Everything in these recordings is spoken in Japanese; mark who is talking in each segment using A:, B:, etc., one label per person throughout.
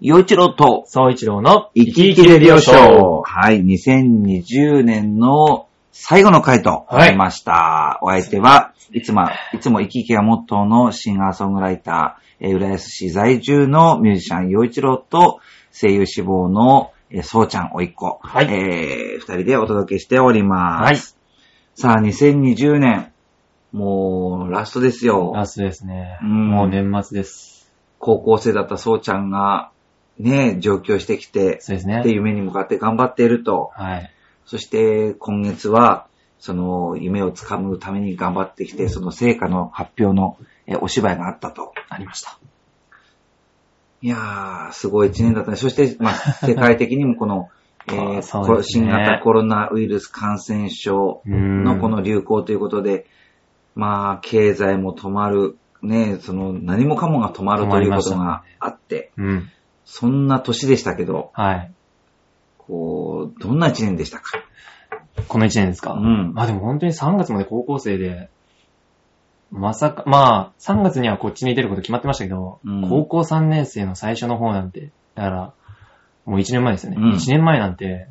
A: 洋一郎と、
B: 総一郎の
A: 生き生きレディオショー。はい、2020年の最後の回となりました。お相手は、いつも、いつも生き生きがモットーのシンガーソングライター、えー、浦安市在住のミュージシャン洋一郎と、声優志望の、えー、そうちゃんおいっ子、
B: はい
A: えー二人でお届けしております。
B: はい
A: さあ、2020年、もう、ラストですよ。
B: ラストですね。
A: うん
B: もう年末です。
A: 高校生だったそうちゃんが、ね、上京してきて、
B: そうです
A: で、
B: ね。
A: 夢に向かって頑張っていると。
B: はい。
A: そして、今月は、その、夢をつかむために頑張ってきて、その成果の発表のえお芝居があったと。
B: ありました。
A: いやー、すごい一年だったね。そして、 まあ、世界的にもこの、えー
B: そう
A: こ
B: です
A: 新
B: ね
A: 型コロナウイルス感染症
B: うん
A: のこの流行ということで、まあ、経済も止まる、ね、その、何もかもが止まる
B: 止
A: と
B: ま
A: い
B: り
A: う
B: ま
A: こと
B: したね
A: があって、
B: うん。
A: そんな年でしたけど、
B: はい。
A: こう、どんな一年でしたか
B: この1年ですか。
A: うん
B: まあでも本当に3月まで高校生で、まさか、まあ、3月にはこっちに出ること決まってましたけど、
A: うん
B: 高校3年生の最初の方なんて、だから、もう1年前ですよね。
A: うん
B: 1年前なんて、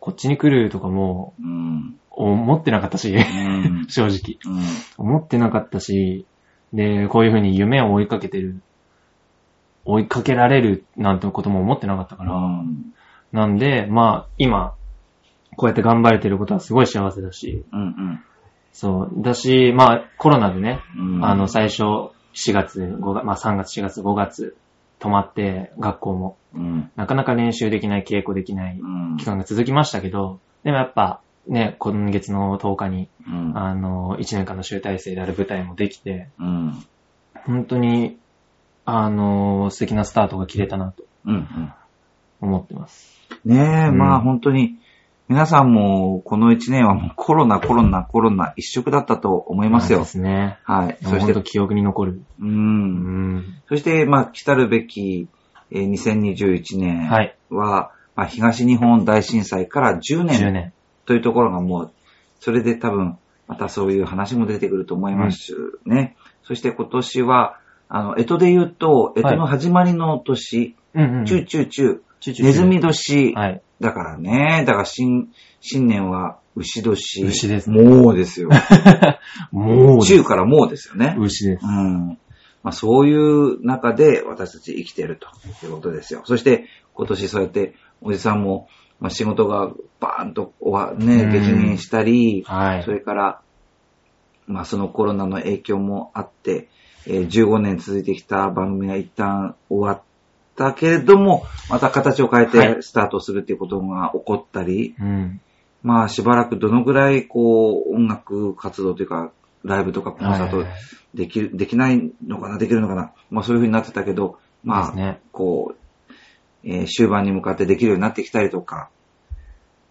B: こっちに来るとかも
A: うん。
B: 思ってなかったし、
A: う ん。
B: 正直。
A: うん。
B: 思ってなかったし、で、こういうふうに夢を追いかけてる、追いかけられるなんてことも思ってなかったから、
A: うん。
B: なんで、まあ、今、こうやって頑張れてることはすごい幸せだし、
A: うん
B: そう。だし、まあ、コロナでね、
A: うん。うん
B: あの、、最初、4月、5月、まあ、3月、4月、5月、止まって、学校も、
A: うん。
B: なかなか練習できない、稽古できない
A: うん。
B: 期間が続きましたけど、でもやっぱ、ね、今月の10日に、
A: うん。
B: あの、1年間の集大成である舞台もできて、
A: うん。
B: 本当に、あの、素敵なスタートが切れたなと
A: うん。
B: 思ってます。
A: ねえ、
B: うん
A: まあ本当に、皆さんもこの一年はもうコロナ、コロナ、コロナ一色だったと思います
B: で
A: よ。
B: すね。
A: はい。そし
B: 本当
A: て、
B: 記憶に残る。
A: う。
B: うんん。
A: そして、まあ、来たるべき、えー2021年は、
B: はい。
A: まあ、東日本大震災から10
B: 10
A: 年
B: 年。
A: というところがもう、それで多分、またそういう話も出てくると思いますね。そして今年は、あの、江戸で言うと、江戸の始まりの年、
B: うんうん。
A: チューチューチュー。
B: チューチュー
A: ネズミ年。
B: はい。
A: だからね、だから新、新年は牛年。
B: 牛ですね
A: もうですよ。
B: もう、
A: 中からもうですよね。
B: 牛です。
A: うん。まあそういう中で私たち生きてるということですよ。そして今年そうやっておじさんも、まあ、仕事がバーンとおわ、ね
B: う、ん
A: 激減したり、
B: はい
A: そ。れから、まあそのコロナの影響もあって、えー15年続いてきた番組が一旦終わったけれども、また形を変え
B: は
A: てスタートするっていうことが起こったり、
B: うん。
A: まあしばらくどのぐらいこう音楽活動というか、ライブとかコンサー
B: は
A: ト
B: いはいはい
A: できる、できないのかな、できるのかな。まあそういう風になってたけど、
B: で
A: ますあ、
B: ね。
A: こう、えー終盤に向かってできるようになってきたりとか、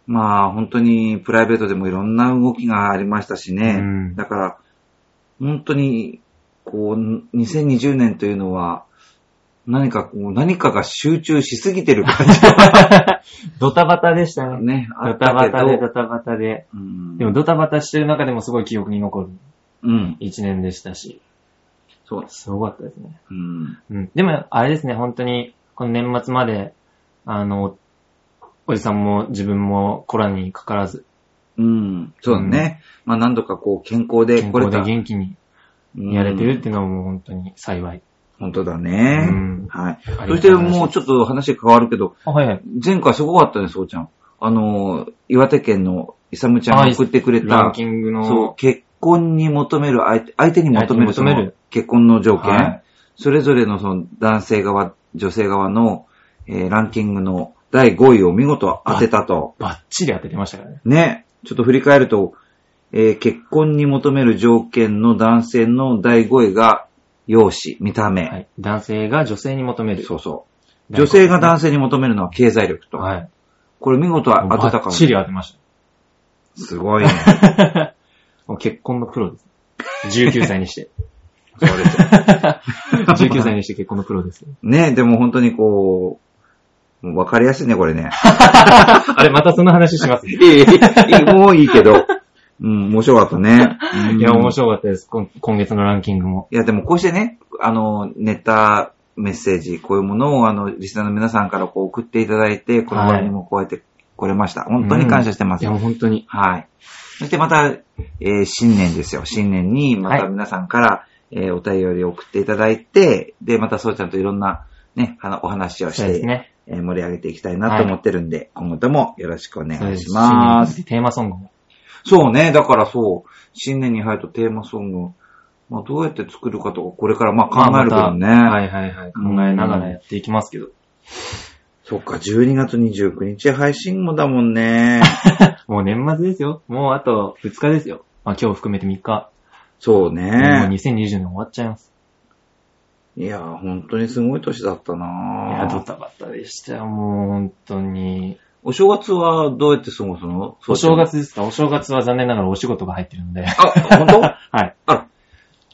A: まあ本当にプライベートでもいろんな動きがありましたしね。
B: うん
A: だから、本当に、こう、2020年というのは、何かこう、何かが集中しすぎてる感じが
B: ドタバタでしたね。
A: ね、あ
B: ド
A: っ
B: タ
A: た
B: バ
A: け
B: タで、ド
A: ど、
B: タバタで。
A: うん
B: でも、ドタバタしてる中でもすごい記憶に残る
A: うん、
B: 一年でしたし、
A: そうです。
B: すごかったですね。
A: うん、
B: うん。でも、あれですね、本当に、この年末まで、あの、おじさんも自分もコロナにかからず、
A: うん、そうだね。まあ何度かこう、健康で
B: 健
A: これ
B: 康
A: た
B: で。元気に
A: うん
B: やれてるっていうのはもう本当に幸い。
A: 本当だね。
B: うん
A: はい。
B: あり
A: そ
B: が
A: して
B: たい話です
A: もうちょっと話変わるけど、
B: あ、はいはい。
A: 前回すごかったね、そうちゃん。あの、岩手県のイサムちゃんが送ってくれ
B: ラ
A: た、
B: ンキングの、
A: そう、結婚に求める相手、相手に求める、そ
B: 相手に求め
A: の
B: る
A: 結婚の条件、
B: はい
A: それぞれのその男性側、女性側の、えーランキングの第5位を見事当てたと。
B: バッチリ当ててましたからね。
A: ね、ちょっと振り返ると、えー結婚に求める条件の男性の第5位が、容姿、見た目。
B: はい。男性が女性に求める。
A: そうそう。
B: な
A: 女
B: るほど
A: 性が男性に求めるのは経済力と。
B: はい。
A: これ見事当てた
B: バ
A: か
B: ッ
A: も。
B: チリ当てました。
A: すごいね。
B: もう結婚のプロです。19歳 にして。
A: そうですよ
B: 19歳にして結婚のプロです。
A: ねでも本当にこう、もうわかりやすいね、これね。
B: あれ、またその話し ます。
A: いいいいもういいけど。うん、面白かったね。うん
B: いや、面白かったです。こん今月のランキングも。
A: いや、でもこうしてね、あの、ネタメッセージ、こういうものを、あの、リスナーの皆さんからこう送っていただいて、この場にもこうやって来れました。本当に感謝してます。
B: いや、もう本当に。
A: はい。そしてまた、えー新年ですよ。新年にまた
B: はい
A: 皆さんから、えーお便りを送っていただいて、で、またそうちゃんといろんなね、あのお話をし
B: そうで
A: て、
B: すね。
A: えー盛り上げていきたいなと思ってるんで、今後ともよろしくお願
B: そうで
A: い
B: す
A: します。。
B: テーマソングも。
A: そうね、だからそう、新年に入るとテーマソング、まあ、どうやって作るかとか、これからまあ考えるけどね。
B: まあまたはいはいはい。考えながらやっていきますけど。
A: そっか、12月29日配信もだもんね。
B: もう年末ですよ。もうあと2日ですよ。まあ今日含めて3日。
A: そう
B: もう
A: ね。
B: 2020年終わっちゃいます。
A: いや、本当にすごい年だった
B: い
A: な
B: や、ドタバタでしたよ、もう本当に。
A: お正月はどうやって過ごすの
B: お正。月ですかお正月は残念ながらお仕事が入ってるので。
A: あ、本当
B: はい。
A: あ、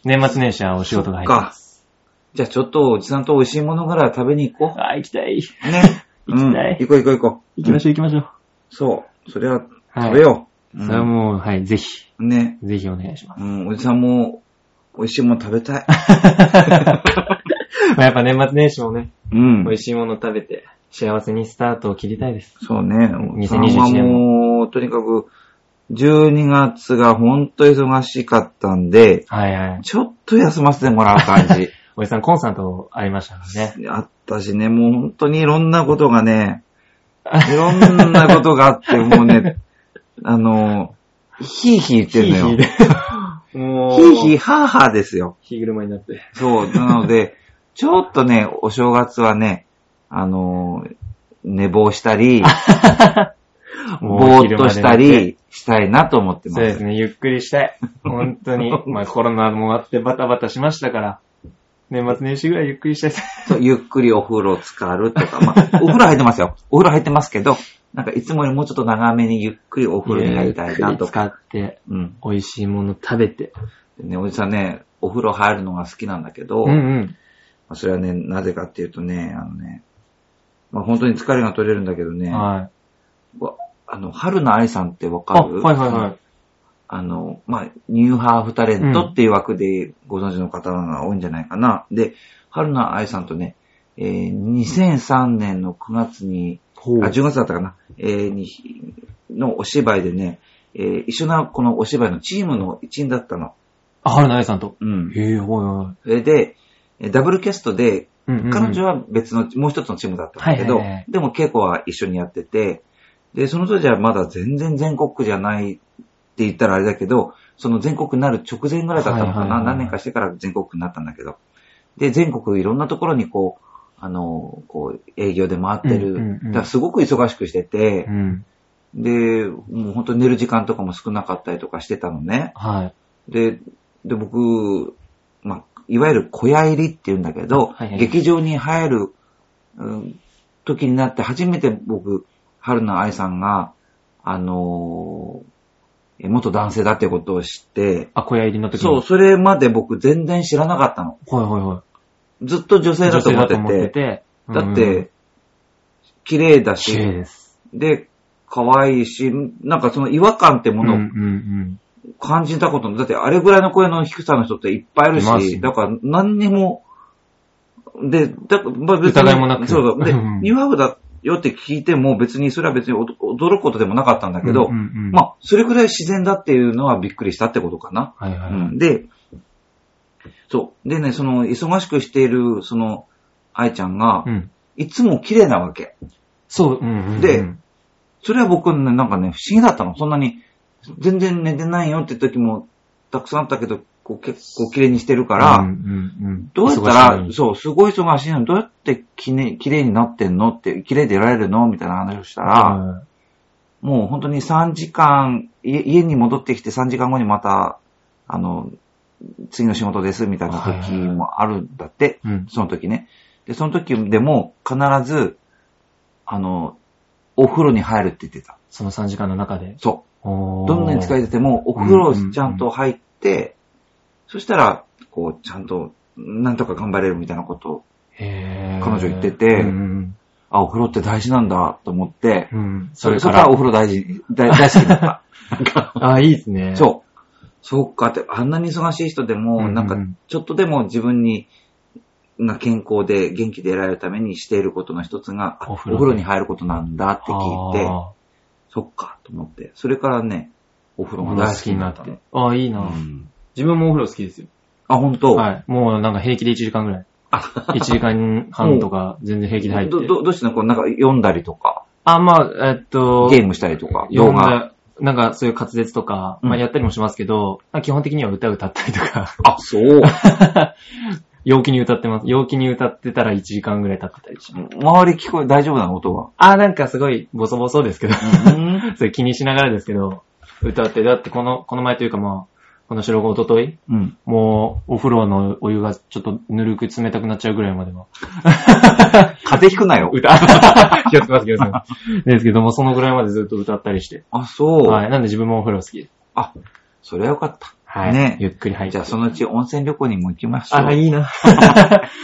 B: 年末年始は お仕事が入ってま
A: か
B: す。。
A: じゃあちょっとおじさんと美味しいものからい食べに行こ
B: あ、行きたい。
A: う。ね。
B: 行きたい
A: うん行こう行こう行こう。
B: 行きま
A: し
B: しょう行きましょう。
A: そう。それは
B: はい
A: 食べよう。
B: それはもう、はい、ぜひ、
A: うんね。
B: ぜひお願いします。
A: うん、おじさんも美味しいもの食べ たい。
B: まあ やっぱ年末年始もね、
A: うん
B: 美。味しいもの食べて、幸せにスタートを切りたいです。
A: そうね。おじさんは
B: 2021年
A: もう、とにかく、12月が本当忙しかったんで、
B: はいはい。
A: ちょっと休ませてもらう感 じ。
B: おじさん、コンサートありましたからね。
A: あったしね、もう本当にいろんなことが ね、いろんなことがあって、もうね、あの、ひいひい言ってるのよ。
B: ひ
A: ひ
B: いひいで もう、
A: いひい、はーはーですよ。
B: ひい車になって。
A: そう、なので、 ちょっとね、お正月はね、あの、寝坊した り、ぼーっとしたりしたいなと思ってま
B: そうです
A: す。
B: ね、ゆっくりした い。本当に。まあコロナもあってバタバタしましたから、年末年始ぐらいゆっくりしたいです。
A: そうゆっくりお風呂浸かるとか、まあ、お 風呂入ってますよ。お風呂入ってますけど、なんかいつもよりもうちょっと長めにゆっくりお風呂に入りたいなとか。
B: 使って、
A: うん。
B: 美味しいもの食べて。
A: でね、おじさんね、お風呂入るのが好きなんだけど、
B: うんうん。
A: まあそれはね、なぜかっていうとね、あのね、まあ、本当に疲れが取れるんだけどね、
B: はい。
A: わあの、春菜愛さんってわ
B: あ、
A: かる
B: はいはいはい。
A: あの、まあ、ニューハーフタレントっていう枠でご存知の方が多いんじゃないかな。で、春菜愛さんとね、えー2003年の9月に、
B: ほう
A: あ、10月だったかな、えーに、のお芝居でね、えー一緒なこのお芝居のチームの一員だったの。
B: あ、春菜愛さんと。
A: うん。
B: へえ、はいはい。
A: それで、えーダブルキャストで
B: うんうんうん
A: 彼女は別の、もう一つのチームだったんだけど、
B: はいはいはい
A: でも稽古は一緒にやってて、で、その当時はまだ全然全国区じゃないって言ったらあれだけど、その全国になる直前ぐらいだったのかな、
B: はいはいはいはい
A: 何年かしてから全国区になったんだけど。で、全国いろんなところにこう、あの、こう、営業で回ってる。
B: うんうんうん
A: だからすごく忙しくしてて
B: う、ん。
A: で、もう本当に寝る時間とかも少なかったりとかしてたのね。
B: はい。
A: で、で、僕、まあ、いわゆる小屋入りって言うんだけど、
B: はいはい
A: 劇場に入る、うん時になって初めて僕、春菜愛さんが、あのーえ元男性だってことを知って、
B: あ、小屋入りの時に
A: そう、それまで僕全然知らなかったの。
B: はいはいは
A: ずっと女性
B: い。
A: だ
B: 女
A: と
B: 性
A: 思
B: だ
A: って
B: と思って
A: て。
B: て。
A: だっ
B: うんうん、
A: て、綺麗だ
B: 綺麗
A: し、
B: です。
A: で、可愛いし、なんかその違和感ってものを
B: うんうん
A: 感じたことも、だってあれぐらいの声の低さの人っていっぱいいる
B: いま
A: し、
B: す
A: だから何にも、で、だから、まあ
B: 疑いもなく
A: そうそう。で、
B: うん
A: ニューハーフだよって聞いても別に、それは別に驚くことでもなかったんだ
B: うん。
A: けど、
B: うんうんうん
A: まあ、それぐらい自然だっていうのはびっくりしたってことかな。
B: はいはい。
A: うん、で、そう。でね、その、忙しくしている、その、愛ちゃんが、
B: うん。
A: いつも綺麗なわけ。
B: そう、うんうんうん。
A: でそれは僕ね、なんかね、不思議だったの。そんなに、全然寝てないよって時もたくさんあったけど、こう結構綺麗にしてるから、
B: うんうんうん、
A: どうやった
B: 忙しいの
A: ら、
B: に
A: そう、すごい忙しいのに、どうやってきれい綺麗になってんのって、綺麗でいられるのみたいな話をしたら、
B: は
A: もう本当に3時間家、家に戻ってきて3時間後にまた、あの、次の仕事ですみたいな時もあるんだって。
B: いうん。
A: その時ね。で、その時でも必ず、あの、お風呂に入るって言ってた。
B: その3時間の中で。
A: そう。
B: ど
A: どんなに疲
B: い
A: れてても、お風呂ちゃんと入って、そしたら、こう、ちゃんと、なんとか頑張れるみたいなことを、
B: 彼
A: 彼女言ってて
B: うん
A: あ、お風呂って大事なんだと思って
B: うん、うん。
A: そ
B: そ
A: れ
B: れ
A: か
B: からら
A: お。風呂大事、 大大好きだった。
B: あ、いいですね。う。
A: そう。そうかって、あんなに忙しい人でも、
B: うん
A: なんか、ちょっとでも自分に、が健康で元気でいられるためにしていることの一つが、あ
B: お
A: お
B: 風
A: 風
B: 呂
A: 呂に入ることなんだって聞いて、
B: あ
A: そっかと思って、それからね、お風
B: ー
A: 呂
B: お
A: が
B: 風呂
A: 大
B: 好
A: 好
B: き
A: き
B: に
A: に
B: な
A: な
B: っ
A: ってて。。
B: ああ、いいな、
A: うん
B: 自分もお風呂好きですよ。
A: あ、本当。
B: はい。もうなんか平気で1時 間ぐらい。1時間半とか全然平気で入って
A: ど、。ど、どうしてのこう、なんか読んだりとか、
B: あ、まあ、えっと、
A: ゲームしたりとか、
B: 読
A: 動
B: ん
A: 画。
B: だ、なんかそういう滑舌とか、
A: うん
B: まあやったりもしますけど、まあ基本的には歌歌ったりとか、
A: あ、そう。
B: 陽気に歌ってます。陽気に歌ってたら1時間ぐらい経ってたりします。
A: 周り聞こえ、大丈夫なの音は。
B: あ、なんかすごいボソボソですけど、
A: うん。
B: それ気にしながらですけど、歌って、だってこの、この前というかまあ、この収録おととい、
A: うん。
B: もうお風呂のお湯がちょっとぬるく冷たくなっちゃうぐらいまでは
A: 風邪ひくなよ。
B: 歌。気をつけます、気をつけます。ですけども、そのぐらいまでずっと歌ったりして。
A: あ、そう。
B: はい。なんで自分もお風呂好きです。
A: あ、それはよかった。
B: はい。
A: ね
B: ゆっくり入って。
A: じゃあそのうち温泉旅行にも行きましょう。
B: あ、い いな。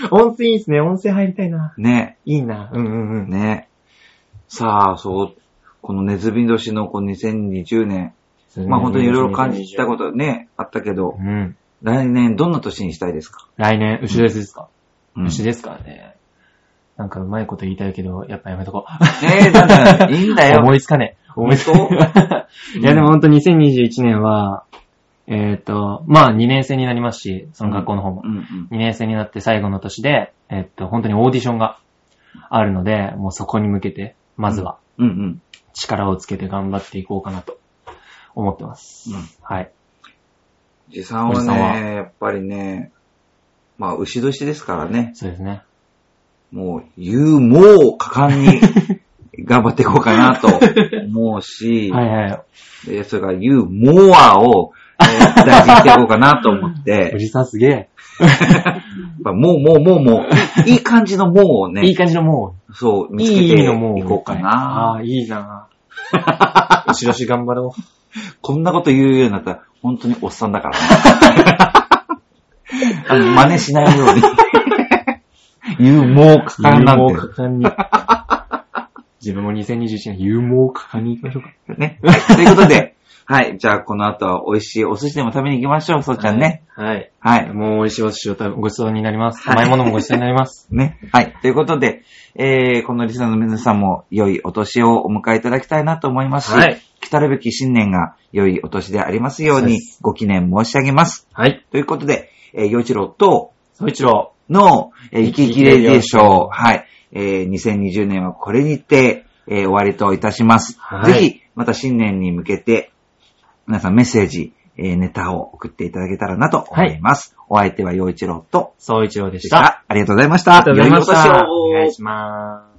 B: 温泉いいですね。温泉入りたいな。
A: ね、
B: いいな。うんうんうん。。
A: ね。さあ、そう、このネズミ年のこう2020年、まあ本当にいろいろ感じたこととね、あったけど
B: う、ん。
A: 来年どんな年にしたいですか
B: 来年、牛ですですか、
A: うん。
B: 牛ですからね。なんかうまいこと言いたいけど、やっぱやめとこ
A: えー、だから、いいんだ
B: う。
A: よ。
B: 思いつかねえ。思いつかねえ。
A: 当
B: いやでも本当に2021年は、えっ、と、まあ2年生になりますし、その学校の方も。
A: うんうん。
B: 2年生になって最後の年で、えっと、本当にオーディションがあるので、もうそこに向けて、まずは
A: うんうん。
B: 力をつけて頑張っていこうかなと思ってます。
A: うん
B: はい。
A: じさんは
B: おじさんは
A: ね、やっぱりね、まあ、牛年ですからね、
B: そうですね。
A: もう、言う、もう、果敢に 頑張っていこうかなと思うし、
B: はいはい。
A: で、それから、言う、モアを、えー大事にしていこうかなと思 って、や
B: お
A: っ
B: じさんすげえ。
A: ぱもう、もう、もう、もう、いい感じのもうをね、
B: いい感じのも
A: そう、
B: う、
A: 見
B: い
A: つけ
B: い意
A: て
B: 味
A: い
B: のもう。
A: こうか
B: あ
A: な。
B: あ、いい な牛年頑張ろう。
A: こんなこと言うようになったら、本当におっさんだからね。あの真似しないように。言う、もう、果敢な
B: 勇猛
A: ん
B: 果敢に。自分も2021年、勇猛果敢に行きましょうか。
A: て。 ね。ということで、はい、じゃあ、この後は美味しいお寿司でも食べに行きましょう、そうちゃんね。
B: はい。
A: はい。
B: もう美味しいお寿司を食べごちそうになります。
A: はい
B: 甘いものもごちそうになります。
A: ね。はい。ということで、えー、このリスナーの皆さんも良いお年をお迎えいただきたいなと思いますし、
B: はい
A: 来たるべき新年が良いお年でありますよう
B: そうで
A: にご記念申し上げます。
B: はい。
A: ということで、えー、洋一郎と
B: 総一郎。
A: の、えー、生き生きレディーショ
B: 生き生きレディオショー
A: ー、はい。えー、2020年はこれにて、えー、終わりといたします。
B: はい
A: ぜひ、また新年に向けて、皆さんメッセージ、えー、ネタを送っていただけたらなと思います。お相手は洋一郎と、
B: 総一郎で
A: で
B: し。
A: したた。ありがとうございまし
B: あ
A: た。
B: りがとうございまし
A: 良い
B: た。
A: お年を
B: お願いします。